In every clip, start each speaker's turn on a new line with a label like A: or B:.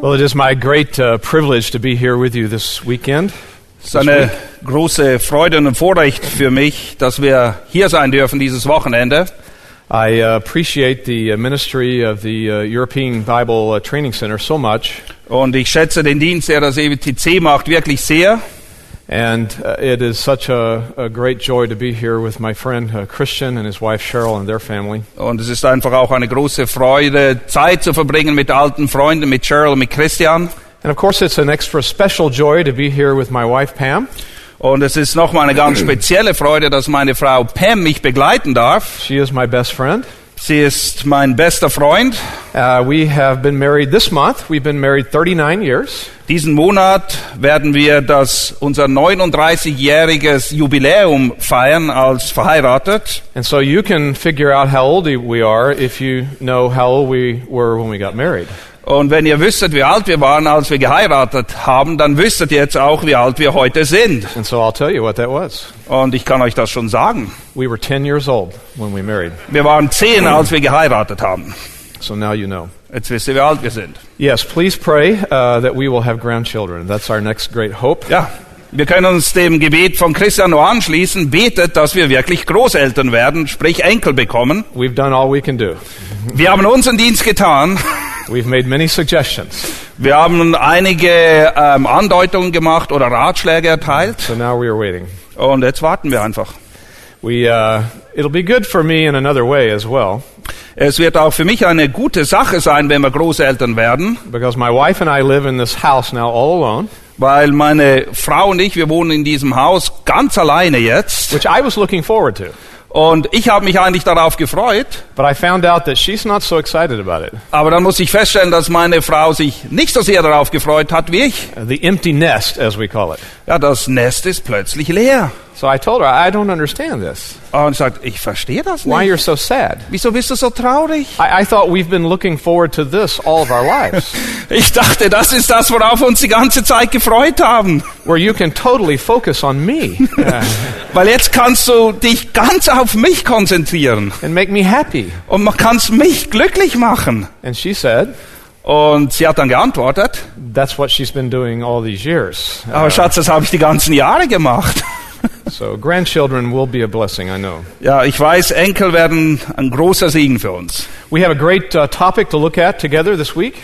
A: Well, it is my great uh, privilege to be here with you this weekend.
B: Es ist eine große Freude und ein Vorrecht für mich, dass wir hier sein dürfen dieses Wochenende.
A: I uh, appreciate the uh, ministry of the uh, European Bible uh, Training Center so much,
B: Und ich schätze den Dienst, der das E EBTC macht, wirklich sehr.
A: and uh, it is such a, a great joy to be here with my friend uh, Christian and his wife Cheryl and their family.
B: Und es ist einfach auch eine große Freude, Zeit zu verbringen mit alten Freunden, mit Cheryl, mit Christian.
A: And of course, it's an extra special joy to be here with my wife Pam.
B: Und es ist nochmal eine ganz spezielle Freude, dass meine Frau Pam mich begleiten darf.
A: She is my best friend.
B: Sie ist mein bester Freund.
A: Uh, we have been married this month. We've been married 39 years.
B: Diesen Monat werden wir das, unser 39-jähriges Jubiläum feiern als verheiratet.
A: And so you can figure out how old we are if you know how old we were when we got married.
B: Und wenn ihr wüsstet, wie alt wir waren, als wir geheiratet haben, dann wüsstet ihr jetzt auch, wie alt wir heute sind.
A: And so I'll tell you what that was.
B: Und ich kann euch das schon sagen.
A: We were 10 years old when we married,
B: Wir waren zehn, als wir geheiratet haben.
A: so now you know.
B: Jetzt wisst ihr, wie alt wir sind.
A: Yes, please pray uh, that we will have grandchildren. That's our next great hope.
B: Ja, wir können uns dem Gebet von Christian nur anschließen. Betet, dass wir wirklich Großeltern werden, sprich Enkel bekommen.
A: We've done all we can do.
B: Wir haben unseren Dienst getan.
A: We've made many suggestions,
B: Wir haben einige ähm, Andeutungen gemacht oder Ratschläge erteilt.
A: so now we are waiting.
B: Und jetzt warten wir einfach.
A: We, uh, it'll be good for me in another way as well,
B: Es wird auch für mich eine gute Sache sein, wenn wir Großeltern werden.
A: because my wife and I live in this house now all alone,
B: Weil meine Frau und ich, wir wohnen in diesem Haus ganz alleine jetzt.
A: which I was looking forward to.
B: Und ich habe mich eigentlich darauf gefreut.
A: But I found out that she's not so excited about it.
B: Aber dann muss ich feststellen, dass meine Frau sich nicht so sehr darauf gefreut hat wie ich.
A: Uh, The empty nest, as we call it.
B: Ja, das Nest ist plötzlich leer.
A: So I told her, I don't understand this.
B: Und ich sagt, ich verstehe das
A: Why
B: nicht.
A: you're so sad?
B: Wieso bist du so traurig?
A: I, I thought we've been looking forward to this all of our lives,
B: Ich dachte, das ist das, worauf wir uns die ganze Zeit gefreut haben.
A: where you can totally focus on me uh,
B: Weil jetzt kannst du dich ganz auf mich konzentrieren
A: and make me happy.
B: und man kannst mich glücklich machen.
A: And she said,
B: Und sie hat dann geantwortet,
A: That's what she's been doing all these years.
B: aber Schatz, das habe ich die ganzen Jahre gemacht.
A: So grandchildren will be a blessing, I know.
B: Ja, ich weiß, Enkel werden ein großer Segen für uns.
A: We have a great uh, topic to look at together this week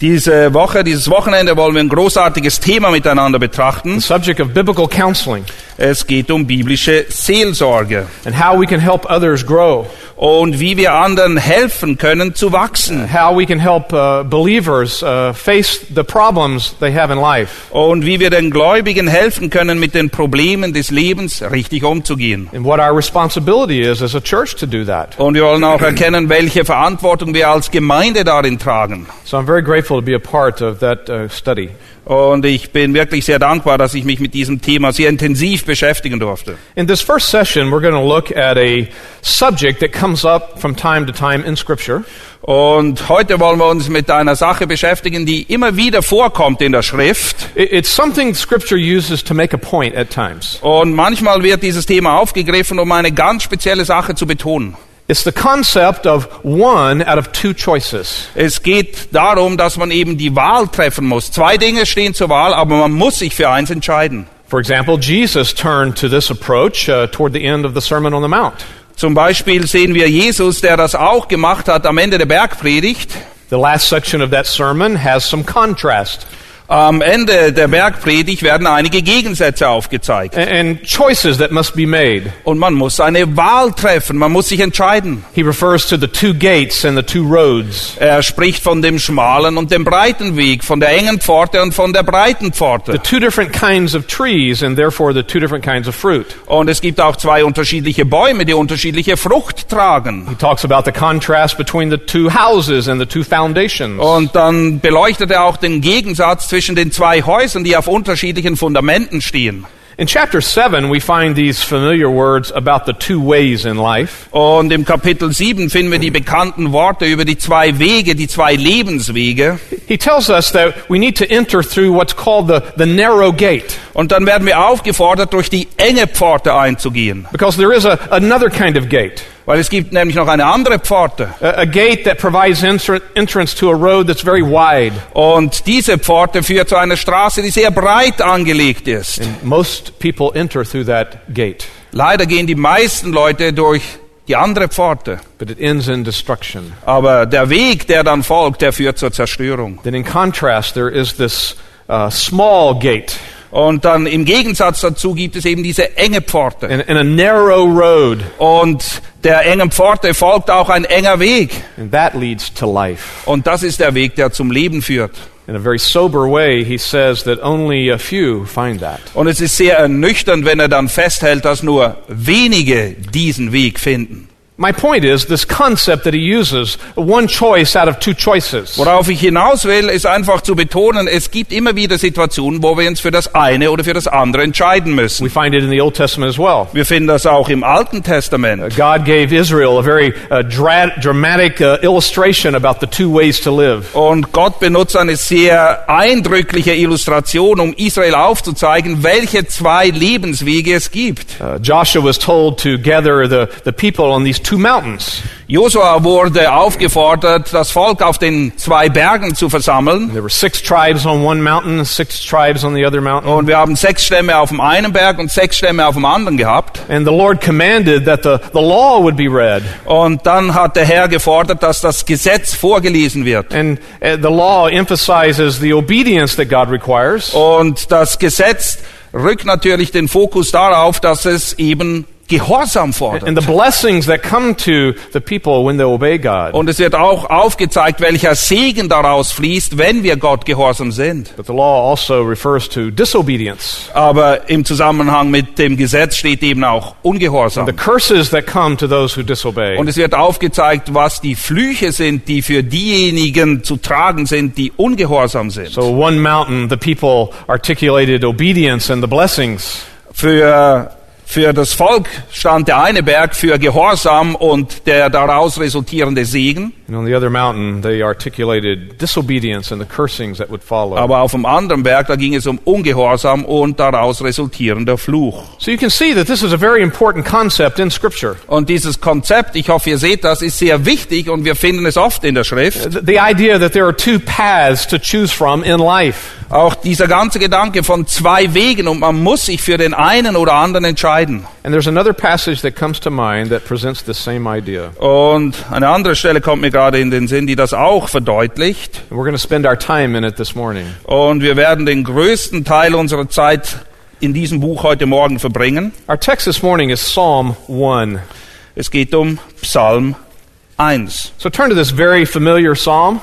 B: Diese Woche, dieses Wochenende wollen wir ein großartiges Thema miteinander
A: the
B: betrachten.
A: subject of biblical counseling
B: Es geht um biblische Seelsorge
A: and how we can help others grow,
B: und wie wir anderen helfen können zu wachsen
A: how we can help uh, believers uh, face the problems they have in life,
B: und wie wir den Gläubigen helfen können, mit den Problemen des Lebens richtig umzugehen.
A: and what our responsibility is as a church to do that.
B: Und wir wollen auch erkennen, welche Verantwortung wir als Gemeinde darin tragen.
A: So I'm very grateful to be a part of that uh, study.
B: Und ich bin wirklich sehr dankbar, dass ich mich mit diesem Thema sehr intensiv beschäftigen durfte.
A: In this first session, we're going to look at a subject that comes up from time to time in Scripture.
B: Und heute wollen wir uns mit einer Sache beschäftigen, die immer wieder vorkommt in der Schrift.
A: I- It's something Scripture uses to make a point at times.
B: Und manchmal wird dieses Thema aufgegriffen, um eine ganz spezielle Sache zu betonen.
A: It's the concept of one out of two choices.
B: Es geht darum, dass man eben die Wahl treffen muss. Zwei Dinge stehen zur Wahl, aber man muss sich für eins entscheiden.
A: For example, Jesus turned to this approach uh, toward the end of the Sermon on the Mount.
B: Zum Beispiel sehen wir Jesus, der das auch gemacht hat am Ende der Bergpredigt.
A: The last section of that sermon has some contrast
B: Am Ende der Bergpredigt werden einige Gegensätze aufgezeigt.
A: a- and choices that must be made.
B: Und man muss eine Wahl treffen, man muss sich entscheiden.
A: He refers to the two gates and the two roads.
B: Er spricht von dem schmalen und dem breiten Weg, von der engen Pforte und von der breiten
A: the
B: Pforte.
A: two different kinds of trees and therefore the two different kinds of fruit.
B: Und es gibt auch zwei unterschiedliche Bäume, die unterschiedliche Frucht tragen.
A: He talks about the contrast between the two houses and the two foundations.
B: Und dann beleuchtet er auch den Gegensatz zwischen den zwei Häusern, die auf unterschiedlichen Fundamenten stehen.
A: In chapter 7, we find these familiar words about the two ways in life.
B: Und im Kapitel 7 finden wir die bekannten Worte über die zwei Wege, die zwei Lebenswege.
A: He tells us that we need to enter through what's called the, the narrow gate,
B: Und dann werden wir aufgefordert, durch die enge Pforte einzugehen.
A: because there is a, another kind of gate,
B: Weil es gibt nämlich noch eine andere Pforte.
A: a, a gate that provides entra- entrance to a road that's very wide.
B: Und diese Pforte führt zu einer Straße, die sehr breit angelegt ist.
A: Most people enter through that gate,
B: Leider gehen die meisten Leute durch die andere Pforte.
A: but it ends in destruction.
B: Aber der Weg, der dann folgt, der führt zur Zerstörung.
A: Then, in contrast, there is this uh, small gate
B: Und dann im Gegensatz dazu gibt es eben diese enge Pforte.
A: and, and a narrow road,
B: Und der engen Pforte folgt auch ein enger Weg.
A: and that leads to life.
B: Und das ist der Weg, der zum Leben führt.
A: In a very sober way, he says that only a few find that.
B: Und es ist sehr ernüchternd, wenn er dann festhält, dass nur wenige diesen Weg finden.
A: My point is this concept that he uses, one choice out of two choices.
B: Worauf ich hinaus will, ist einfach zu betonen, es gibt immer wieder Situationen, wo wir uns für das eine oder für das andere entscheiden
A: We
B: müssen.
A: find it in the Old Testament as well.
B: Wir finden das auch im Alten Testament.
A: God gave Israel a very uh, dra- dramatic uh, illustration about the two ways to live.
B: Und Gott benutzt eine sehr eindrückliche Illustration, um Israel aufzuzeigen, welche zwei Lebenswege es gibt.
A: Uh, Joshua was told to gather the, the people on these two mountains.
B: Josua wurde aufgefordert, das Volk auf den zwei Bergen zu versammeln.
A: There were six tribes on one mountain, six tribes on the other mountain.
B: Und wir haben sechs Stämme auf dem einen Berg und sechs Stämme auf dem anderen gehabt.
A: And the Lord commanded that the, the law would be read.
B: Und dann hat der Herr gefordert, dass das Gesetz vorgelesen wird.
A: And uh, the law emphasizes the obedience that God requires.
B: Und das Gesetz rückt natürlich den Fokus darauf, dass es eben Gehorsam fordert.
A: and the blessings that come to the people when they obey God.
B: Und es wird auch aufgezeigt, welcher Segen daraus fließt, wenn wir Gott gehorsam sind.
A: But the law also refers to disobedience,
B: Aber im Zusammenhang mit dem Gesetz steht eben auch
A: the
B: Ungehorsam.
A: curses that come to those who disobey.
B: Und es wird aufgezeigt, was die Flüche sind, die für diejenigen zu tragen sind, die ungehorsam sind.
A: So, one mountain, the people articulated obedience and the blessings.
B: Für, für das Volk stand der eine Berg für Gehorsam und der daraus resultierende Segen.
A: And on the other mountain, they articulated disobedience and the cursings that would follow.
B: Aber auf dem anderen Berg, da ging es um Ungehorsam und daraus resultierender Fluch.
A: So, you can see that this is a very important concept in Scripture.
B: Und dieses Konzept, ich hoffe, ihr seht das, ist sehr wichtig und wir finden es oft in der Schrift.
A: Th- The idea that there are two paths to choose from in life.
B: Auch dieser ganze Gedanke von zwei Wegen und man muss sich für den einen oder anderen entscheiden.
A: And there's another passage that comes to mind that presents the same idea.
B: Und eine andere Stelle kommt mir gerade in den Sinn, die das auch verdeutlicht.
A: And we're going to spend our time in it this morning.
B: Und wir werden den größten Teil unserer Zeit in diesem Buch heute Morgen verbringen.
A: Our text this morning is Psalm 1.
B: Es geht um Psalm 1.
A: So turn to this very familiar psalm.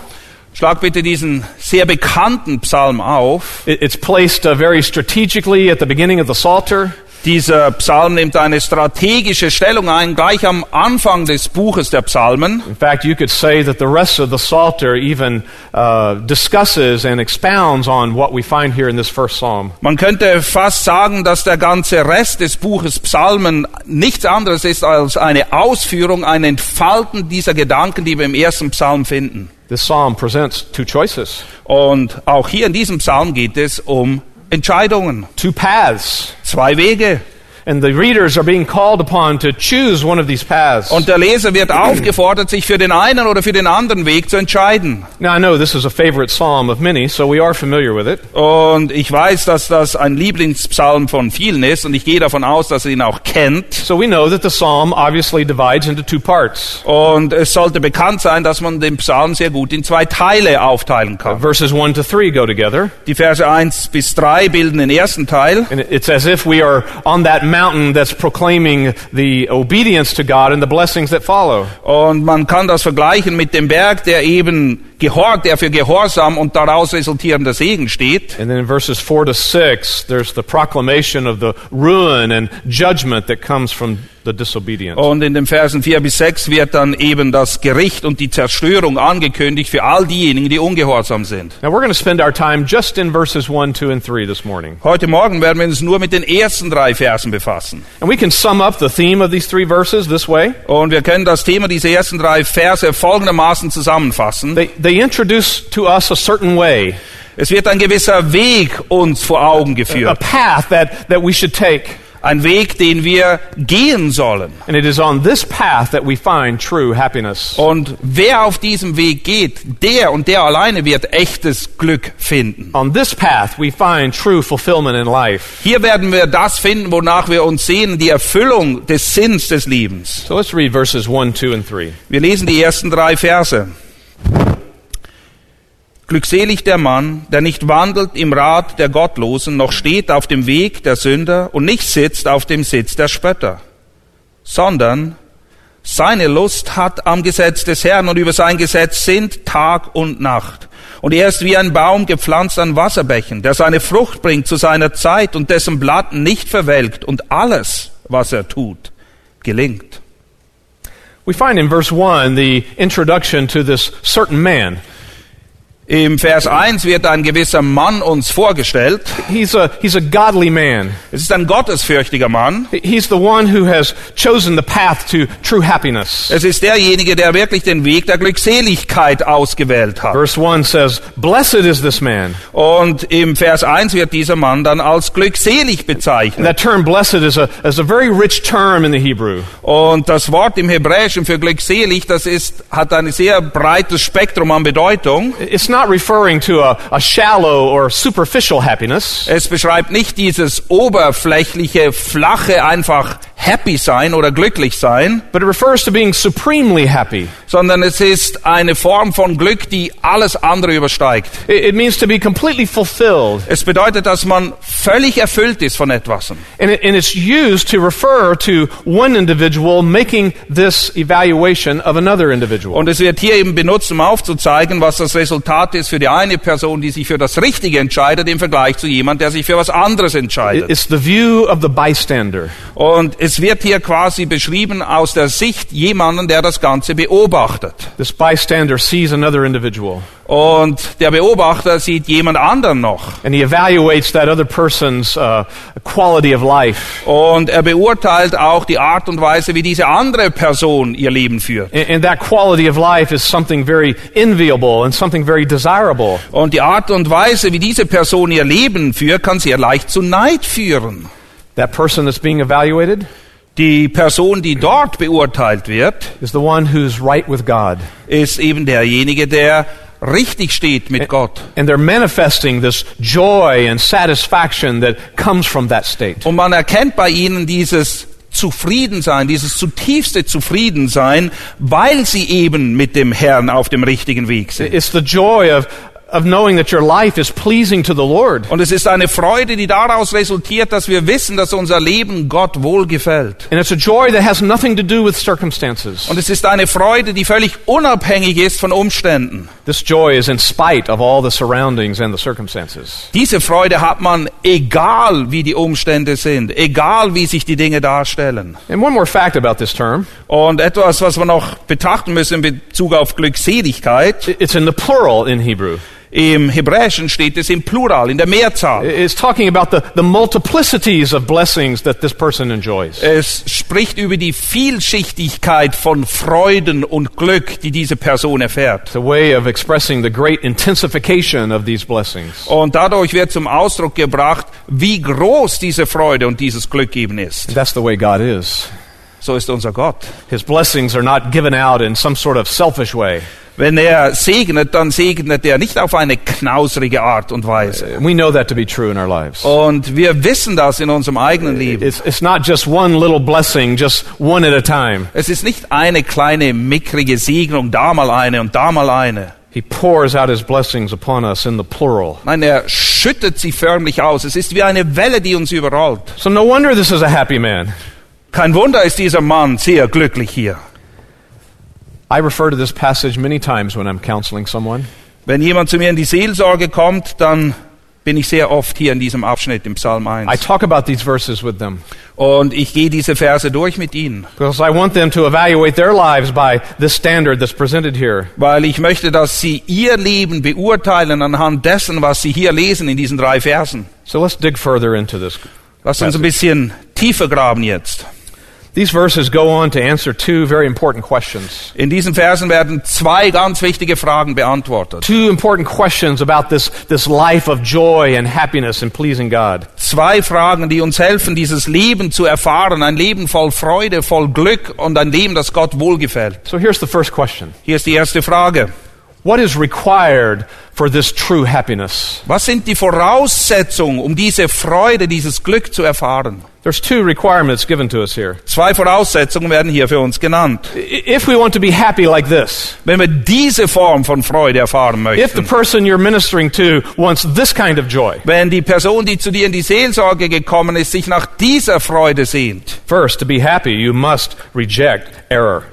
B: Schlag bitte diesen sehr bekannten Psalm auf.
A: It- It's placed uh, very strategically at the beginning of the Psalter.
B: Dieser Psalm nimmt eine strategische Stellung ein, gleich am Anfang des Buches der Psalmen.
A: In fact, you could say that the rest of the Psalter even uh, discusses and expounds on what we find here in this first psalm.
B: Man könnte fast sagen, dass der ganze Rest des Buches Psalmen nichts anderes ist als eine Ausführung, ein Entfalten dieser Gedanken, die wir im ersten Psalm finden.
A: This psalm presents two choices,
B: Und auch hier in diesem Psalm geht es um Entscheidungen.
A: two paths.
B: Zwei Wege.
A: And the readers are being called upon to choose one of these paths.
B: Und der Leser wird aufgefordert, sich für den einen oder für den anderen Weg zu entscheiden.
A: Now, I know this is a favorite psalm of many, so we are familiar with it.
B: Und ich weiß, dass das ein Lieblingspsalm von vielen ist und ich gehe davon aus, dass ihr ihn auch kennt.
A: So we know that the psalm obviously divides into two parts.
B: Und es sollte bekannt sein, dass man den Psalm sehr gut in zwei Teile aufteilen kann.
A: Uh, Verses 1 to 3 go together,
B: Die Verse 1 bis 3 bilden den ersten Teil.
A: and it's as if we are on that mountain that's proclaiming the obedience to God and the blessings that follow.
B: Und man kann das vergleichen mit dem Berg, der eben Gehor, der für Gehorsam und daraus resultierender Segen steht.
A: And then in verses 4 to 6, there's the proclamation of the ruin and judgment that comes from the disobedience.
B: Und in den Versen 4 bis 6 wird dann eben das Gericht und die Zerstörung angekündigt für all diejenigen, die ungehorsam sind.
A: Now we're going to spend our time just in verses 1, 2, and 3 this morning.
B: Heute Morgen werden wir uns nur mit den ersten drei Versen befassen.
A: And we can sum up the theme of these three verses this way.
B: Und wir können das Thema dieser ersten drei Verse folgendermaßen zusammenfassen.
A: They, they introduce to us a certain way,
B: Es wird ein gewisser Weg uns vor Augen
A: a
B: geführt.
A: path that, that we should take.
B: Ein Weg, den wir gehen sollen.
A: And it is on this path that we find true happiness.
B: Und wer auf diesem Weg geht, der und der alleine wird echtes Glück finden.
A: On this path, we find true fulfillment in life.
B: Hier werden wir das finden, wonach wir uns sehen, die Erfüllung des Sinns des Lebens.
A: So let's read verses 1, 2, and 3.
B: Wir lesen die ersten drei Verse. Glückselig der Mann, der nicht wandelt im Rat der Gottlosen, noch steht auf dem Weg der Sünder und nicht sitzt auf dem Sitz der Spötter, sondern seine Lust hat am Gesetz des Herrn und über sein Gesetz sind Tag und Nacht. Und er ist wie ein Baum gepflanzt an Wasserbächen, der seine Frucht bringt zu seiner Zeit und dessen Blatt nicht verwelkt und alles, was er tut, gelingt.
A: We find in verse 1 the introduction to this certain man.
B: Im Vers 1 wird ein gewisser Mann uns vorgestellt.
A: He's a, he's a godly man.
B: Es ist ein gottesfürchtiger Mann.
A: He's the one who has chosen the path to true happiness.
B: Es ist derjenige, der wirklich den Weg der Glückseligkeit ausgewählt hat.
A: Verse 1 says, Blessed is this man.
B: Und im Vers 1 wird dieser Mann dann als glückselig
A: And
B: bezeichnet.
A: that term blessed is a, is a very rich term in the Hebrew.
B: Und das Wort im Hebräischen für glückselig, das ist, hat ein sehr breites Spektrum an Bedeutung.
A: It's not referring to a, a shallow or superficial happiness.
B: Es beschreibt nicht dieses oberflächliche, flache, einfach happy sein oder glücklich sein,
A: But it refers to being supremely happy.
B: sondern es ist eine Form von Glück, die alles andere übersteigt.
A: It, it means to be completely fulfilled.
B: Es bedeutet, dass man völlig erfüllt ist von etwas.
A: And, it, and it's used to refer to one individual making this evaluation of another individual.
B: Und es wird hier eben benutzt, um aufzuzeigen, was das Resultat ist für die eine Person, die sich für das Richtige entscheidet, im Vergleich zu jemand, der sich für was anderes
A: It-
B: entscheidet.
A: It's the view of the bystander.
B: Und es wird hier quasi beschrieben aus der Sicht jemanden, der das Ganze beobachtet.
A: This bystander sees another individual
B: Und der Beobachter sieht jemand anderen noch.
A: and he evaluates that other person's uh, quality of life.
B: Und er beurteilt auch die Art und Weise, wie diese andere Person ihr Leben führt.
A: And, and that quality of life is something very enviable and something very desirable.
B: Und die Art und Weise, wie diese Person ihr Leben führt, kann sehr leicht zu Neid führen.
A: That person that's being evaluated
B: Die Person, die dort beurteilt wird,
A: is the one who's right with God.
B: ist eben derjenige, der richtig steht mit Gott.
A: And they're manifesting this joy and satisfaction that comes from that state.
B: Und man erkennt bei ihnen dieses Zufriedensein, dieses zutiefste Zufriedensein, weil sie eben mit dem Herrn auf dem richtigen Weg sind.
A: It's the joy of, of knowing that your life is pleasing to the Lord.
B: Und es ist eine Freude, die daraus resultiert, dass wir wissen, dass unser Leben Gott wohlgefällt.
A: And it's a joy that has nothing to do with circumstances.
B: Und es ist eine Freude, die völlig unabhängig ist von Umständen.
A: This joy is in spite of all the surroundings and the circumstances.
B: Diese Freude hat man, egal wie die Umstände sind, egal wie sich die Dinge darstellen.
A: And one more fact about this term
B: Und etwas, was wir noch betrachten müssen in Bezug auf Glückseligkeit,
A: i- it's in the plural in Hebrew.
B: im Hebräischen steht es im Plural, in der
A: I-
B: Mehrzahl.
A: It's talking about the, the multiplicities of blessings that this person enjoys.
B: Es spricht über die Vielschichtigkeit von Freuden und Glück, die diese Person erfährt.
A: It's a way of expressing the great intensification of these blessings.
B: Und dadurch wird zum Ausdruck gebracht, wie groß diese Freude und dieses Glück eben ist.
A: That's the way God is.
B: So ist unser Gott.
A: His blessings are not given out in some sort of selfish way.
B: Wenn er segnet, dann segnet er nicht auf eine knausrige Art und Weise.
A: We know that to be true in our
B: Oh,
A: lives.
B: Und wir wissen das in unserem eigenen Leben.
A: It's, it's not just one little blessing, just one at a time.
B: Es ist nicht eine kleine mickrige Segnung, da mal eine und da mal eine.
A: He pours out his blessings upon us in the plural.
B: Nein, er schüttet sie förmlich aus. Es ist wie eine Welle, die uns überrollt.
A: So no wonder this is a happy man.
B: Kein Wunder ist dieser Mann sehr glücklich hier.
A: I refer to this passage many times when I'm counseling someone.
B: Wenn jemand zu mir in die Seelsorge kommt, dann bin ich sehr oft hier in diesem Abschnitt im Psalm
A: I
B: 1.
A: talk about these verses with them
B: Und ich gehe diese Verse durch mit ihnen,
A: because I want them to evaluate their lives by this standard that's presented here.
B: weil ich möchte, dass sie ihr Leben beurteilen anhand dessen, was sie hier lesen in diesen drei Versen.
A: So let's dig further into this.
B: Lasst uns ein bisschen tiefer graben jetzt.
A: These verses go on to answer two very important questions.
B: In diesen Versen werden zwei ganz wichtige Fragen beantwortet.
A: Two important questions about this, this life of joy and happiness and pleasing God.
B: Zwei Fragen, die uns helfen, dieses Leben zu erfahren. Ein Leben voll Freude, voll Glück und ein Leben, das Gott wohlgefällt.
A: So here's the first question
B: Hier ist die erste Frage.
A: What is required for this true happiness?
B: Was sind die Voraussetzungen, um diese Freude, dieses Glück zu erfahren?
A: There's two requirements given to us here.
B: Zwei Voraussetzungen werden hier für uns genannt.
A: I- If we want to be happy like this,
B: Wenn wir diese Form von Freude erfahren
A: if the
B: möchten,
A: person you're ministering to wants this kind of joy,
B: wenn die Person, die zu dir in die Seelsorge gekommen ist, sich nach dieser Freude sehnt,
A: first, to be happy, you must reject error.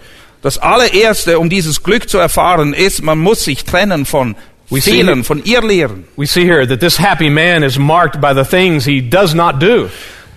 B: das allererste, um dieses Glück zu erfahren, ist, man muss sich trennen von
A: We see-
B: Fehlern, von Irrlehren.
A: We see here that this happy man is marked by the things he does not do.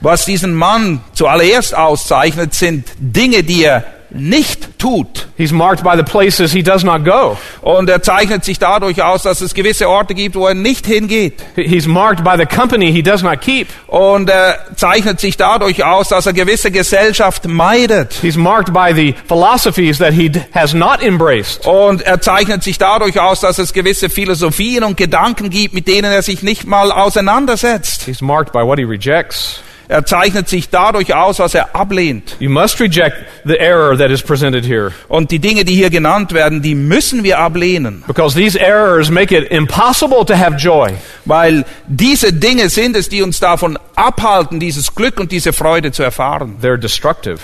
B: Was diesen Mann zuallererst auszeichnet, sind Dinge, die er nicht tut.
A: He's marked by the places he does not go.
B: Und er zeichnet sich dadurch aus, dass es gewisse Orte gibt, wo er nicht hingeht.
A: He- He's marked by the company he does not keep.
B: Und er zeichnet sich dadurch aus, dass er gewisse Gesellschaft meidet.
A: He's marked by the philosophies that he d- has not embraced.
B: Und er zeichnet sich dadurch aus, dass es gewisse Philosophien und Gedanken gibt, mit denen er sich nicht mal auseinandersetzt.
A: He's marked by what he rejects.
B: Er zeichnet sich dadurch aus, was er ablehnt.
A: You must reject the error that is presented here
B: Und die Dinge, die hier genannt werden, die müssen wir ablehnen.
A: because these errors make it impossible to have joy.
B: Weil diese Dinge sind es, die uns davon abhalten, dieses Glück und diese Freude zu erfahren.
A: They're destructive.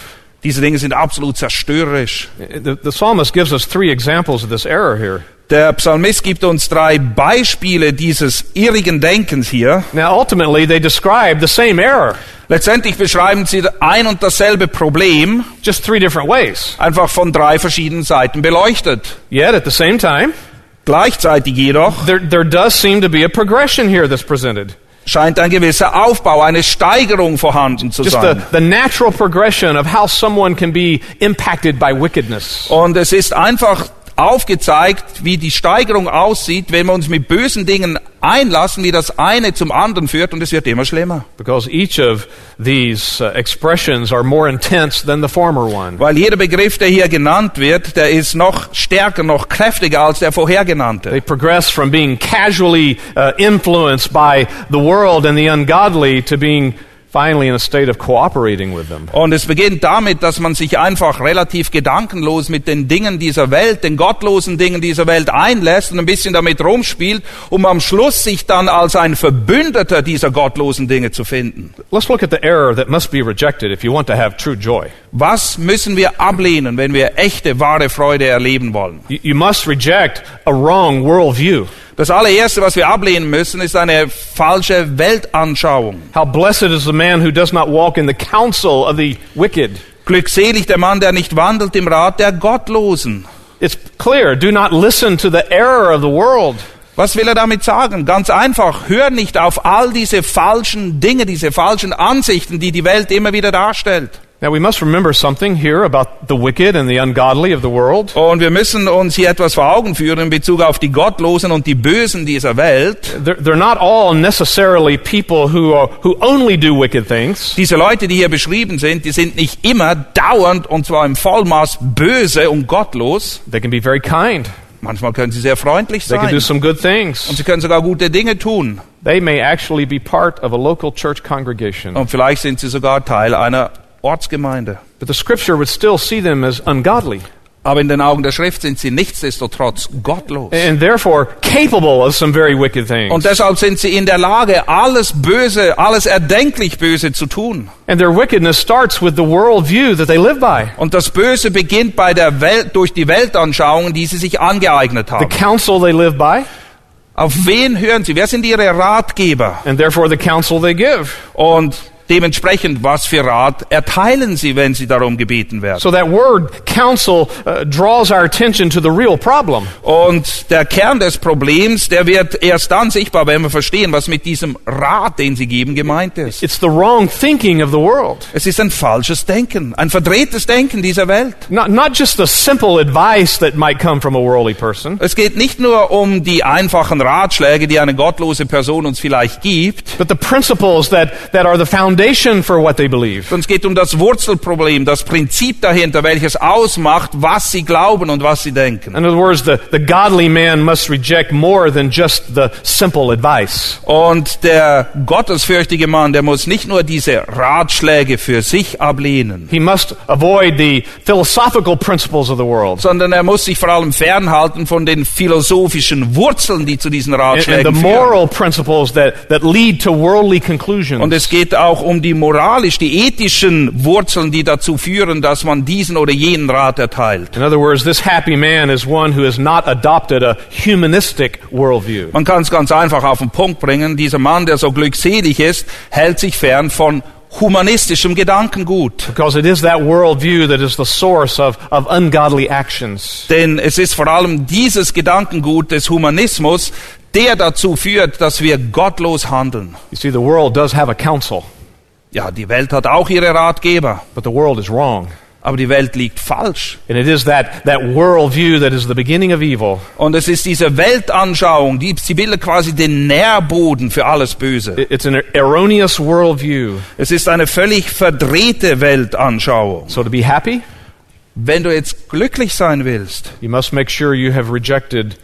B: Diese Dinge sind absolut zerstörerisch.
A: The, the psalmist gives us three examples of this error here.
B: Der Psalmist gibt uns drei Beispiele dieses irrigen Denkens hier.
A: Now, ultimately, they describe the same error,
B: Letztendlich beschreiben sie ein und dasselbe Problem,
A: just three different ways.
B: einfach von drei verschiedenen Seiten beleuchtet.
A: Yet, at the same time,
B: Gleichzeitig jedoch
A: there, there does seem to be a progression here that's presented.
B: scheint ein gewisser Aufbau, eine Steigerung vorhanden zu
A: Just the,
B: sein.
A: the natural progression of how someone can be impacted by wickedness.
B: Und es ist einfach aufgezeigt, wie die Steigerung aussieht, wenn wir uns mit bösen Dingen einlassen, wie das eine zum anderen führt und es wird immer schlimmer.
A: Because each of these uh, expressions are more intense than the former one.
B: Weil jeder Begriff, der hier genannt wird, der ist noch stärker, noch kräftiger als der vorhergenannte.
A: They progress from being casually uh, influenced by the world and the ungodly to being finally in a state of cooperating with them.
B: Und es beginnt damit, dass man sich einfach relativ gedankenlos mit den Dingen dieser Welt, den gottlosen Dingen dieser Welt einlässt und ein bisschen damit rumspielt, um am Schluss sich dann als ein Verbündeter dieser gottlosen Dinge zu finden.
A: Let's look at the error that must be rejected if you want to have true joy.
B: Was müssen wir ablehnen, wenn wir echte, wahre Freude erleben wollen?
A: You, you must reject a wrong worldview.
B: Das allererste, was wir ablehnen müssen, ist eine falsche Weltanschauung.
A: How blessed is the man who does not walk in the counsel of the wicked.
B: Glückselig der Mann, der nicht wandelt im Rat der Gottlosen.
A: It's clear, do not listen to the error of the world.
B: Was will er damit sagen? Ganz einfach, hör nicht auf all diese falschen Dinge, diese falschen Ansichten, die die Welt immer wieder darstellt.
A: Now, we must remember something here about the wicked and the ungodly of the world.
B: Und wir müssen uns hier etwas vor Augen führen in Bezug auf die Gottlosen und die Bösen dieser Welt.
A: They're, they're not all necessarily people who, are, who only do wicked things.
B: Diese Leute, die hier beschrieben sind, die sind nicht immer dauernd und zwar im Vollmaß böse und gottlos.
A: They can be very kind,
B: Manchmal können sie sehr freundlich
A: they can
B: sein
A: do some good
B: und
A: things.
B: sie können sogar gute Dinge tun.
A: They may actually be part of a local church congregation.
B: Und vielleicht sind sie sogar Teil einer Ortsgemeinde.
A: But the scripture would still see them as ungodly
B: Aber in den Augen der Schrift sind sie nichtsdestotrotz gottlos.
A: and therefore capable of some very wicked
B: Und
A: things.
B: deshalb sind sie in der Lage, alles Böse, alles erdenklich Böse zu tun.
A: And their wickedness starts with the worldview that they live by,
B: Und das Böse beginnt bei der Welt, durch die Weltanschauung, die sie sich angeeignet
A: the
B: haben.
A: counsel they live by,
B: Auf wen hören sie? Wer sind ihre Ratgeber?
A: and therefore the counsel they give.
B: Und dementsprechend, was für Rat erteilen sie, wenn sie darum gebeten werden.
A: So that word counsel uh, draws our attention to the real problem.
B: Und der Kern des Problems, der wird erst dann sichtbar, wenn wir verstehen, was mit diesem Rat, den sie geben, gemeint ist.
A: It's the wrong thinking of the world.
B: Es ist ein falsches Denken, ein verdrehtes Denken dieser Welt.
A: Not, not just the simple advice that might come from a worldly person,
B: Es geht nicht nur um die einfachen Ratschläge, die eine gottlose Person uns vielleicht gibt,
A: but the principles that, that are the foundation for what they believe.
B: sondern es geht um das Wurzelproblem, das Prinzip dahinter, welches ausmacht, was sie glauben und was sie denken.
A: In other words, the, the godly man must reject more than just the simple advice.
B: Und der gottesfürchtige Mann, der muss nicht nur diese Ratschläge für sich ablehnen,
A: He must avoid the philosophical principles of the world.
B: sondern er muss sich vor allem fernhalten von den philosophischen Wurzeln, die zu diesen
A: And, and the
B: Ratschlägen führen.
A: moral principles that, that lead to worldly conclusions.
B: Und es geht auch um die moralisch, die ethischen Wurzeln, die dazu führen, dass man diesen oder jenen Rat erteilt.
A: In other words, this happy man is one who has not adopted a humanistic worldview.
B: Man kann es ganz einfach auf den Punkt bringen. Dieser Mann, der so glückselig ist, hält sich fern von humanistischem Gedankengut.
A: Because it is that worldview that is the source of, of ungodly actions.
B: Denn es ist vor allem dieses Gedankengut des Humanismus, der dazu führt, dass wir gottlos handeln.
A: You see, the world does have a counsel,
B: Ja, die Welt hat auch ihre Ratgeber,
A: but the world is wrong.
B: aber die Welt liegt falsch.
A: And it is that, that worldview that is the beginning of evil.
B: Und es ist diese Weltanschauung, die, sie bildet quasi den Nährboden für alles Böse.
A: It- It's an erroneous worldview.
B: Es ist eine völlig verdrehte Weltanschauung.
A: So to be happy,
B: Wenn du jetzt glücklich sein willst,
A: you must make sure you have rejected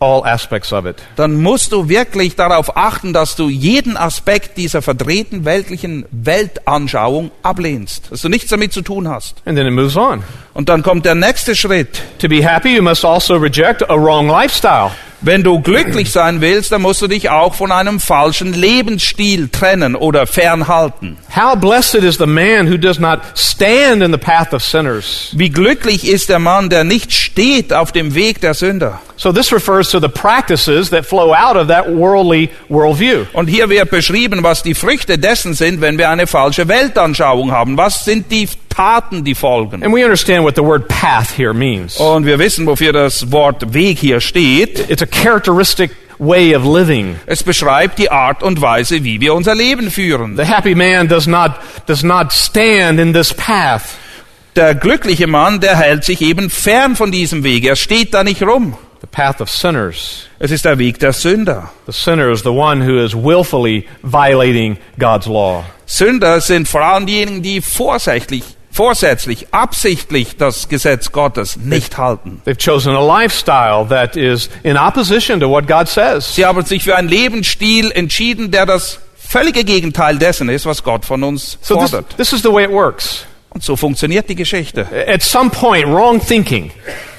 A: all aspects of it.
B: dann musst du wirklich darauf achten, dass du jeden Aspekt dieser verdrehten weltlichen Weltanschauung ablehnst, dass du nichts damit zu tun hast.
A: And then it moves on.
B: Und dann kommt der nächste Schritt.
A: To be happy, you must also reject a wrong lifestyle.
B: Wenn du glücklich sein willst, dann musst du dich auch von einem falschen Lebensstil trennen oder fernhalten.
A: How blessed is the man who does not stand in the path of sinners.
B: Wie glücklich ist der Mann, der nicht steht auf dem Weg der Sünder.
A: So this refers to the practices that flow out of that worldly worldview.
B: Und hier wird beschrieben, was die Früchte dessen sind, wenn wir eine falsche Weltanschauung haben. Was sind die Taten, die folgen?
A: And we understand what the word path here means.
B: Und wir wissen, wofür das Wort Weg hier steht.
A: It's a characteristic way of living.
B: Es beschreibt die Art und Weise, wie wir unser Leben führen.
A: The happy man does not does not stand in this path.
B: Der glückliche Mann, der hält sich eben fern von diesem Weg. Er steht da nicht rum.
A: The path of sinners.
B: Es ist der Weg der Sünder.
A: The sinner is the one who is willfully violating God's law.
B: Sünder sind vor allem diejenigen, die vorsätzlich, vorsätzlich, absichtlich das Gesetz Gottes nicht halten.
A: They've chosen a lifestyle that is in opposition to what God says.
B: Sie haben sich für einen Lebensstil entschieden, der das völlige Gegenteil dessen ist, was Gott von uns
A: So this,
B: fordert.
A: this is the way it works.
B: Und so funktioniert die Geschichte.
A: At some point, wrong thinking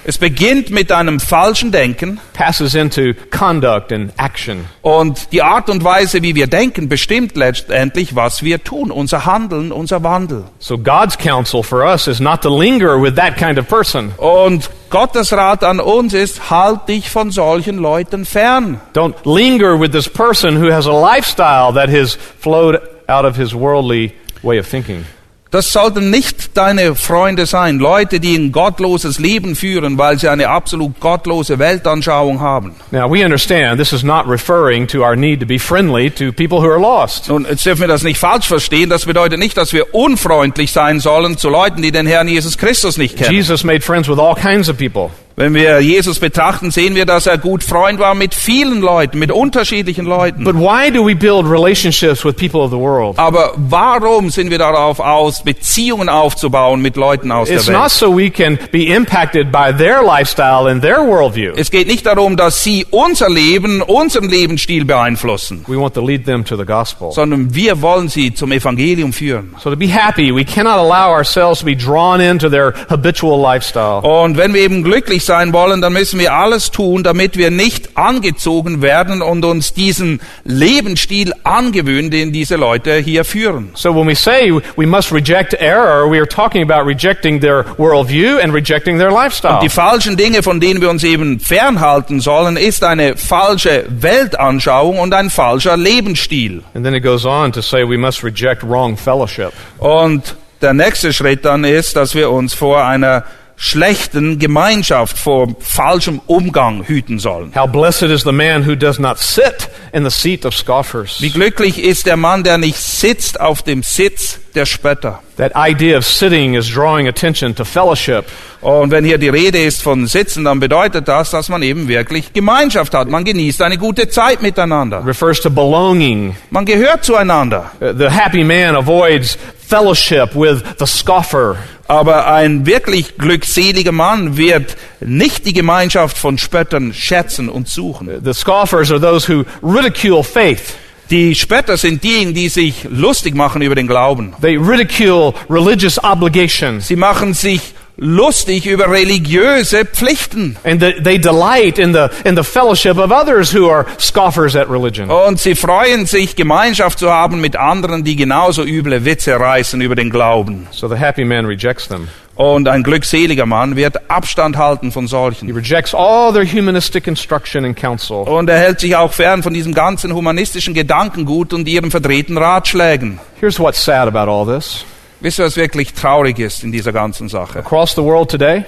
B: Es beginnt mit einem falschen Denken
A: passes into conduct and action.
B: Und die Art und Weise, wie wir denken, bestimmt letztendlich, was wir tun, unser Handeln, unser Wandel.
A: So God's counsel for us is not to linger with that kind of person.
B: Und Gottes Rat an uns ist, halt dich von solchen Leuten fern.
A: Don't linger with this person who has a lifestyle that has flowed out of his worldly way of thinking.
B: Das sollten nicht deine Freunde sein, Leute, die ein gottloses Leben führen, weil sie eine absolut gottlose Weltanschauung haben.
A: Now, we understand this is not referring to our need to be friendly to people who are lost.
B: Nun, jetzt dürfen wir das nicht falsch verstehen. Das bedeutet nicht, dass wir unfreundlich sein sollen zu Leuten, die den Herrn Jesus Christus nicht kennen.
A: Jesus made friends with all kinds of people.
B: Wenn wir Jesus betrachten, sehen wir, dass er gut Freund war mit vielen Leuten, mit unterschiedlichen Leuten.
A: But why do we build relationships with people of the world?
B: Aber warum sind wir darauf aus, Beziehungen aufzubauen mit Leuten aus der
A: It's not
B: Welt?
A: so we can be impacted by their lifestyle and their worldview.
B: Es geht nicht darum, dass sie unser Leben, unseren Lebensstil beeinflussen,
A: We want to lead them to the gospel. So,
B: sondern wir wollen sie zum Evangelium führen.
A: to be happy, we cannot allow ourselves to be drawn into their habitual lifestyle.
B: Und wenn wir eben glücklich glücklich sein wollen, dann müssen wir alles tun, damit wir nicht angezogen werden und uns diesen Lebensstil angewöhnen, den diese Leute hier führen.
A: So when we say we must reject error, we are talking about rejecting their worldview and rejecting their lifestyle.
B: Die falschen Dinge, von denen wir uns eben fernhalten sollen, ist eine falsche Weltanschauung und ein falscher Lebensstil.
A: And then it goes on to say we must reject wrong fellowship.
B: Und der nächste Schritt dann ist, dass wir uns vor einer schlechten Gemeinschaft, vor falschem Umgang hüten sollen.
A: How blessed is the man who does not sit in the seat of scoffers.
B: Wie glücklich ist der Mann, der nicht sitzt auf dem Sitz der Spötter.
A: That idea of sitting is drawing attention to fellowship.
B: Und wenn hier die Rede ist von Sitzen, dann bedeutet das, dass man eben wirklich Gemeinschaft hat. Man genießt eine gute Zeit
A: It
B: miteinander.
A: refers to belonging.
B: Man gehört zueinander.
A: Uh, The happy man avoids fellowship with the scoffer.
B: Aber ein wirklich glückseliger Mann wird nicht die Gemeinschaft von Spöttern schätzen und suchen.
A: The scoffers are those who ridicule faith.
B: Die Spötter sind diejenigen, die sich lustig machen über den Glauben.
A: They ridicule religious obligations.
B: Sie machen sich lustig über religiöse Pflichten.
A: And the, they delight in the, in the fellowship of others who are scoffers at religion.
B: Und sie freuen sich, Gemeinschaft zu haben mit anderen, die genauso üble Witze reißen über den Glauben.
A: So the happy man rejects them.
B: Und ein glückseliger Mann wird Abstand halten von
A: He
B: solchen.
A: rejects all their humanistic instruction and counsel.
B: Und er hält sich auch fern von diesem ganzen humanistischen Gedankengut und ihren verdrehten Ratschlägen.
A: Here's what's sad about all this.
B: Wisst ihr, was wirklich traurig ist in dieser ganzen Sache?
A: Across the world today,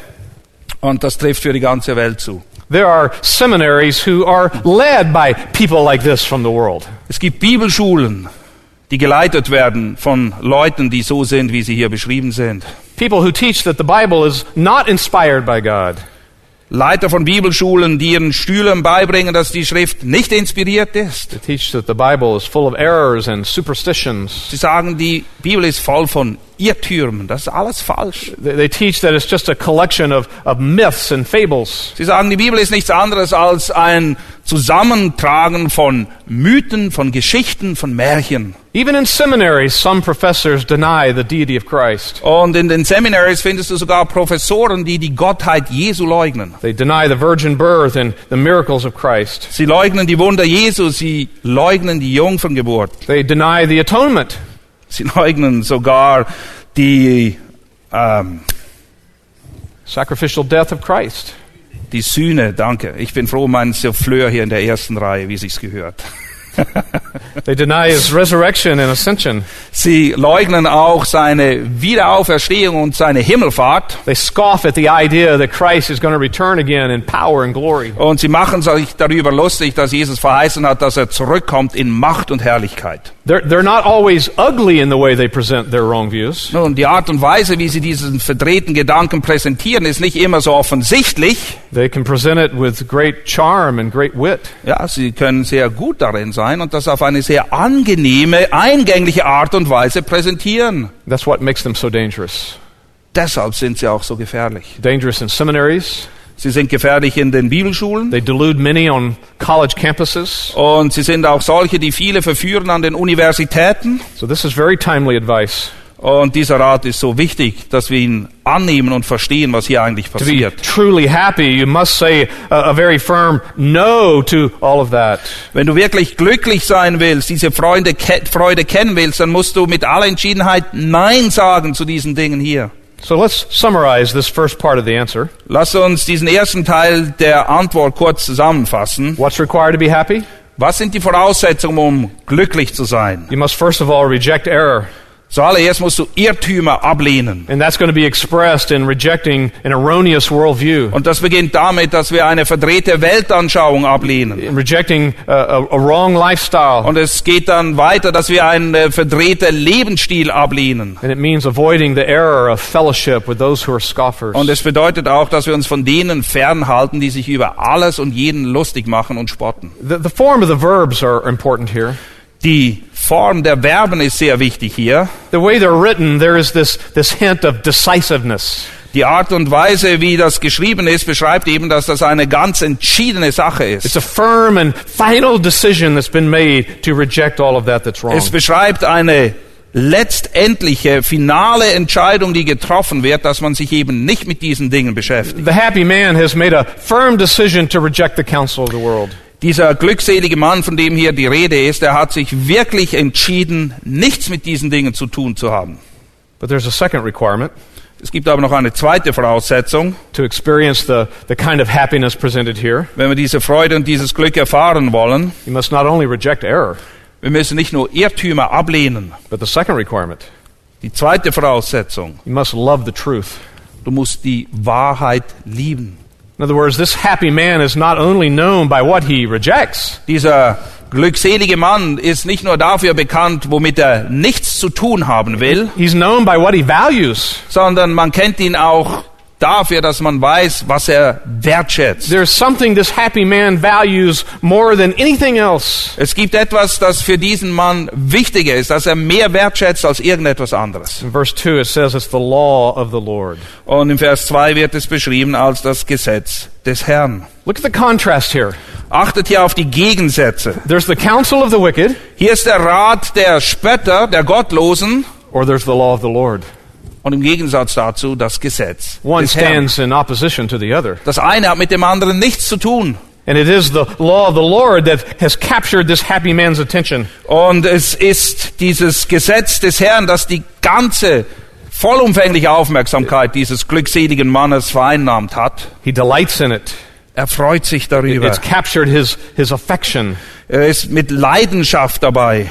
B: Und das trifft für die ganze Welt zu.
A: there are seminaries who are led by people like this from the world.
B: Es gibt Bibelschulen, die geleitet werden von Leuten, die so sind, wie sie hier beschrieben sind.
A: People who teach that the Bible is not inspired by God.
B: Leiter von Bibelschulen, die ihren Schülern beibringen, dass die Schrift nicht inspiriert ist.
A: They teach that the Bible is full of errors and superstitions.
B: Sie sagen, die Bibel ist voll von Irrtürmen. Das ist alles falsch.
A: They they teach that it's just a collection of, of myths and fables.
B: Sie sagen, die Bibel ist nichts anderes als ein Zusammentragen von Mythen, von Geschichten, von Märchen.
A: Even in seminaries, some professors deny the deity of Christ.
B: Und in den Seminaries findest du sogar Professoren, die die Gottheit Jesu leugnen.
A: They deny the virgin birth and the miracles of Christ.
B: Sie leugnen die Wunder Jesu, sie leugnen die Jungferngeburt.
A: They deny the atonement.
B: Sie leugnen sogar die, ähm,
A: sacrificial death of Christ.
B: die Sühne. Danke. Ich bin froh, mein Souffleur hier in der ersten Reihe, wie sich's gehört.
A: They deny his resurrection and ascension.
B: Sie leugnen auch seine Wiederauferstehung und seine Himmelfahrt.
A: They scoff at the idea that Christ is going to return again in power and glory.
B: Und sie machen sich darüber lustig, dass Jesus verheißen hat, dass er zurückkommt in Macht und Herrlichkeit.
A: They're, they're not always ugly in the way they present their wrong views.
B: Nun, die Art und Weise, wie sie diesen verdrehten Gedanken präsentieren, ist nicht immer so offensichtlich.
A: They can present it with great charm and great wit.
B: Ja, sie können sehr gut darin sein und das auf eine sehr angenehme, eingängliche Art und Weise präsentieren.
A: That's what makes them so dangerous.
B: Deshalb sind sie auch so gefährlich.
A: Dangerous in seminaries.
B: Sie sind gefährlich in den Bibelschulen
A: They delude many on college campuses.
B: und sie sind auch solche, die viele verführen an den Universitäten.
A: So this is very timely advice
B: Und dieser Rat ist so wichtig, dass wir ihn annehmen und verstehen, was hier eigentlich
A: to be
B: passiert.
A: truly happy. You must say a, a very firm no to all of that.
B: Wenn du wirklich glücklich sein willst, diese Freude, ke Freude kennen willst, dann musst du mit aller Entschiedenheit Nein sagen zu diesen Dingen hier.
A: So let's summarize this first part of the answer.
B: Lass uns diesen ersten Teil der Antwort kurz zusammenfassen.
A: What's required to be happy?
B: Was sind die Voraussetzungen, um glücklich zu sein?
A: You must first of all reject error.
B: Zuallererst musst du Irrtümer ablehnen.
A: And that's going to be expressed in rejecting an erroneous worldview,
B: Und das beginnt damit, dass wir eine verdrehte Weltanschauung ablehnen.
A: in rejecting uh, a, a wrong lifestyle.
B: Und es geht dann weiter, dass wir einen äh, verdrehten Lebensstil ablehnen.
A: And it means avoiding the error of fellowship with those who are scoffers.
B: Und es bedeutet auch, dass wir uns von denen fernhalten, die sich über alles und jeden lustig machen und spotten.
A: The, the form of the verbs are important here.
B: Die Form der Verben ist sehr wichtig hier.
A: The way they're written, there is this, this hint of decisiveness.
B: Die Art und Weise, wie das geschrieben ist, beschreibt eben, dass das eine ganz entschiedene Sache
A: It's
B: ist.
A: a firm and final decision that's been made to reject all of that that's wrong.
B: Es beschreibt eine letztendliche, finale Entscheidung, die getroffen wird, dass man sich eben nicht mit diesen Dingen beschäftigt.
A: The happy man has made a firm decision to reject the counsel of the world.
B: Dieser glückselige Mann, von dem hier die Rede ist, der hat sich wirklich entschieden, nichts mit diesen Dingen zu tun zu haben.
A: But there's a second requirement
B: Es gibt aber noch eine zweite Voraussetzung.
A: to experience the, the kind of happiness presented here.
B: Wenn wir diese Freude und dieses Glück erfahren wollen,
A: You must not only reject error,
B: wir müssen nicht nur Irrtümer ablehnen.
A: but the second requirement,
B: Die zweite Voraussetzung,
A: you must love the truth.
B: du musst die Wahrheit lieben.
A: In other words, this happy man is not only known by what he rejects,
B: Dieser glückselige Mann ist nicht nur dafür bekannt, womit er nichts zu tun haben will,
A: he's known by what he values.
B: sondern man kennt ihn auch dafür, dass man weiß, was er wertschätzt.
A: There's something this happy man values more than anything else.
B: Es gibt etwas, das für diesen Mann wichtiger ist, dass er mehr wertschätzt als irgendetwas anderes.
A: In verse 2, it says it's the law of the Lord.
B: Und im Vers 2 wird es beschrieben als das Gesetz des Herrn.
A: Look at the contrast here.
B: Achtet hier auf die Gegensätze.
A: There's the counsel of the wicked,
B: Hier ist der Rat der Spötter, der Gottlosen
A: or there's the law of the Lord.
B: und im Gegensatz dazu das Gesetz
A: One
B: des Herrn.
A: stands in opposition to the other.
B: Das eine hat mit dem anderen nichts zu tun.
A: And it is the law of the Lord that has captured this happy man's attention.
B: Und es ist dieses Gesetz des Herrn, das die ganze vollumfängliche Aufmerksamkeit dieses glückseligen Mannes vereinnahmt hat.
A: He delights in it.
B: Er freut sich darüber.
A: It's captured his, his affection.
B: Er ist mit Leidenschaft dabei.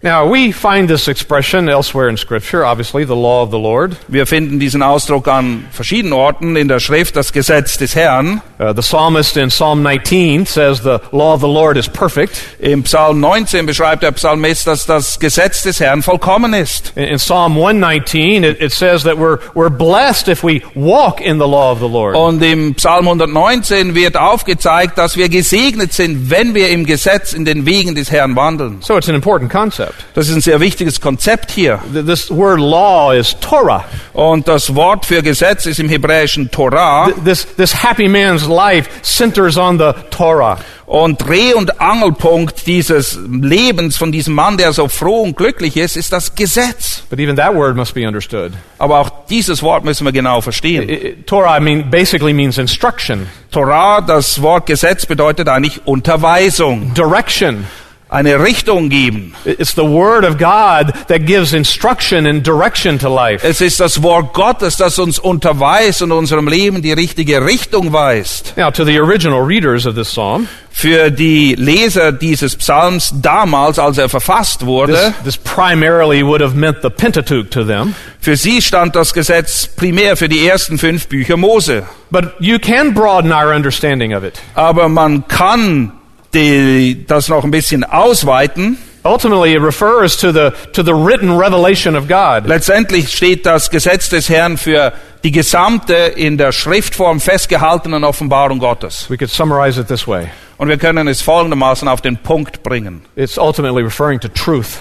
A: Now, we find this expression elsewhere in Scripture, obviously, the law of the Lord.
B: Wir finden diesen Ausdruck an verschiedenen Orten in der Schrift, das Gesetz des Herrn.
A: Uh, the psalmist in Psalm 19 says the law of the Lord is perfect.
B: Im Psalm 19 beschreibt der Psalmist, dass das Gesetz des Herrn vollkommen ist.
A: In, in Psalm 119, it, it says that we're, we're blessed if we walk in the law of the Lord.
B: Und im Psalm 119 wird aufgezeigt, dass wir gesegnet sind, wenn wir im Gesetz in den Wegen des Herrn wandeln.
A: So it's an important concept.
B: Das ist ein sehr wichtiges Konzept hier.
A: Th- This word law is Torah.
B: Und das Wort für Gesetz ist im Hebräischen Torah.
A: Th- This, this happy man's life centers on the Torah.
B: Und Dreh- und Angelpunkt dieses Lebens von diesem Mann, der so froh und glücklich ist, ist das Gesetz.
A: But even that word must be understood.
B: Aber auch dieses Wort müssen wir genau
A: I-
B: verstehen.
A: I- Torah, I mean, basically means instruction,
B: Torah, das Wort Gesetz bedeutet eigentlich Unterweisung,
A: direction.
B: eine Richtung geben.
A: I- It's the word of God that gives instruction and direction to life.
B: Es ist das Wort Gottes, das uns unterweist und unserem Leben die richtige Richtung weist.
A: Now, to the original readers of this psalm,
B: Für die Leser dieses Psalms damals, als er verfasst wurde,
A: this, this primarily would have meant the Pentateuch to them.
B: für sie stand das Gesetz primär für die ersten fünf Bücher Mose.
A: But you can broaden our understanding of it.
B: Aber man kann die, das noch ein bisschen ausweiten.
A: Ultimately, it refers to the, to the written revelation of God.
B: Letztendlich steht das Gesetz des Herrn für die gesamte in der Schriftform festgehaltenen Offenbarung Gottes.
A: We could summarize it this way
B: Und wir können es folgendermaßen auf den Punkt bringen.
A: it's ultimately referring to truth.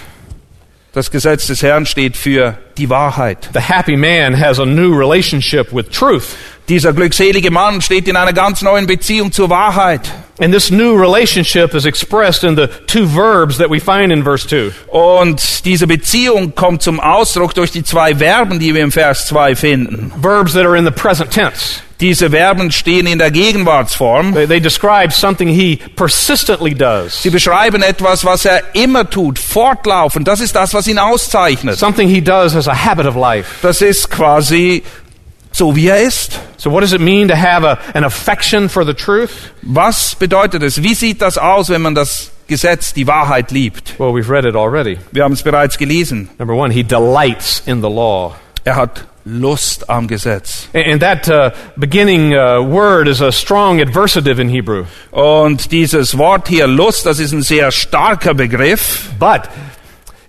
B: Das Gesetz des Herrn steht für die Wahrheit.
A: The happy man has a new relationship with truth.
B: Dieser glückselige Mann steht in einer ganz neuen Beziehung zur Wahrheit.
A: And this new relationship is expressed in the two verbs that we find in verse 2.
B: Und diese Beziehung kommt zum Ausdruck durch die zwei Verben, die wir im Vers 2 finden.
A: Verbs that are in the present tense.
B: Diese Verben stehen in der Gegenwartsform.
A: They, they describe something he persistently does,
B: Sie beschreiben etwas, was er immer tut, fortlaufend. Das ist das, was ihn auszeichnet.
A: something he does as a habit of life.
B: Das ist quasi so, wie er ist.
A: So, what does it mean to have a, an affection for the truth?
B: Was bedeutet es? Wie sieht das aus, wenn man das Gesetz, die Wahrheit liebt?
A: Well, we've read it already.
B: Wir haben es bereits gelesen.
A: Number one, he delights in the law.
B: Er hat Lust am Gesetz.
A: And and that uh, beginning uh, word is a strong adversative in Hebrew.
B: Und dieses Wort hier Lust, das ist ein sehr starker Begriff.
A: But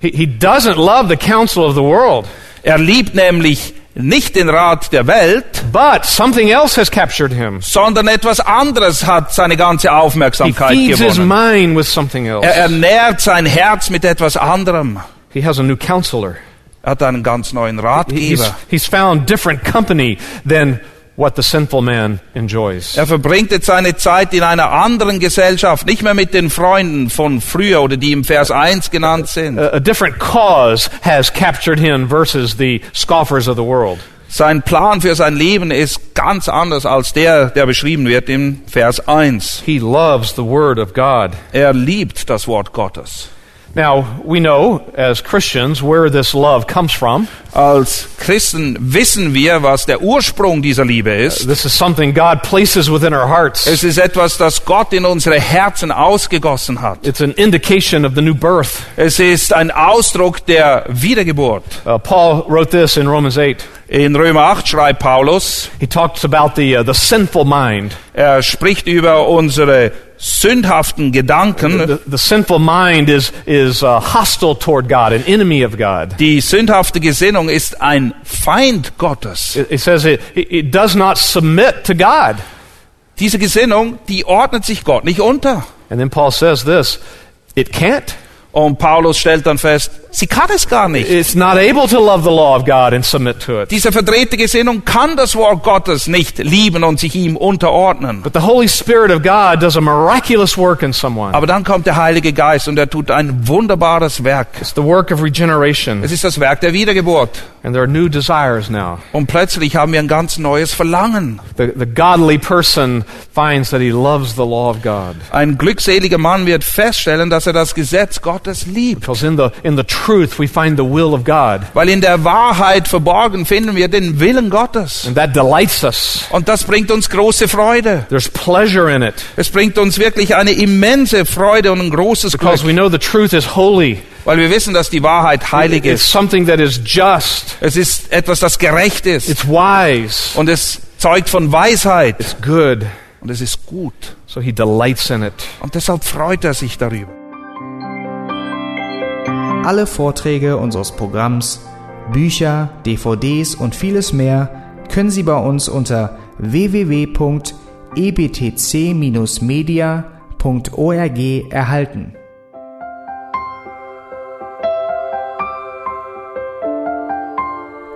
A: he, he doesn't love the counsel of the world.
B: Er liebt nämlich nicht den Rat der Welt,
A: But something else has captured him.
B: sondern etwas anderes hat seine ganze
A: He
B: Aufmerksamkeit
A: feeds his
B: gewonnen.
A: mind with something else.
B: Er ernährt sein Herz mit etwas anderem.
A: He has a new counselor.
B: Er hat einen ganz neuen
A: He's,
B: Ratgeber.
A: he's found different company than what the sinful man enjoys.
B: Er verbringt jetzt seine Zeit in einer anderen Gesellschaft, nicht mehr mit den Freunden von früher oder die im Vers 1 genannt sind.
A: A, a different cause has captured him versus the scoffers of the world.
B: Sein Plan für sein Leben ist ganz anders als der, der beschrieben wird im Vers 1.
A: He loves the Word of God.
B: Er liebt das Wort Gottes.
A: Now, we know as Christians where this love comes from.
B: Als Christen wissen wir, was der Ursprung dieser Liebe ist.
A: This is something God places within our
B: Es
A: hearts.
B: ist etwas, das Gott in unsere Herzen ausgegossen hat.
A: It's an indication of the new birth.
B: Es ist ein Ausdruck der Wiedergeburt.
A: Uh, Paul wrote this in Romans 8.
B: In Römer 8 schreibt Paulus,
A: He talks about the, uh, the sinful mind.
B: er spricht über unsere sündhaften Gedanken.
A: The, the sinful mind is, is uh, hostile toward God, an enemy of God.
B: Die sündhafte Gesinnung ist ein Feind Gottes.
A: It, it says it, it it does not submit to God.
B: Diese Gesinnung, die ordnet sich Gott nicht unter.
A: And then Paul says this it can't.
B: Und Paulus stellt dann fest, sie kann es gar nicht.
A: It's not able to love the law of God and submit to it.
B: Diese verdrehte Gesinnung kann das Wort Gottes nicht lieben und sich ihm unterordnen.
A: But the Holy Spirit of God does a miraculous work in someone.
B: Aber dann kommt der Heilige Geist und er tut ein wunderbares Werk.
A: It's the work of regeneration,
B: Es ist das Werk der Wiedergeburt.
A: and there are new desires now.
B: Und plötzlich haben wir ein ganz neues Verlangen.
A: The, the godly person finds that he loves the law of God.
B: Ein glückseliger Mann wird feststellen, dass er das Gesetz Gottes liebt.
A: Because in the, in the truth, we find the will of God.
B: Weil in der Wahrheit verborgen finden wir den Willen Gottes.
A: And that delights us.
B: Und das bringt uns große Freude.
A: There's pleasure in it.
B: Es bringt uns wirklich eine immense Freude und ein großes
A: Because
B: Glück,
A: we know the truth is holy.
B: weil wir wissen, dass die Wahrheit heilig
A: It's
B: ist.
A: something that is just.
B: Es ist etwas, das gerecht ist.
A: It's wise.
B: Und es zeugt von Weisheit.
A: It's good.
B: Und es ist gut.
A: So he delights in it.
B: Und deshalb freut er sich darüber.
C: Alle Vorträge unseres Programms, Bücher, DVDs und vieles mehr können Sie bei uns unter e www.ebtc-media.org erhalten.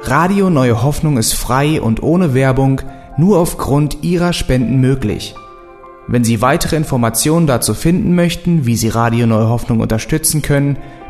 C: Radio Neue Hoffnung ist frei und ohne Werbung nur aufgrund Ihrer Spenden möglich. Wenn Sie weitere Informationen dazu finden möchten, wie Sie Radio Neue Hoffnung unterstützen können,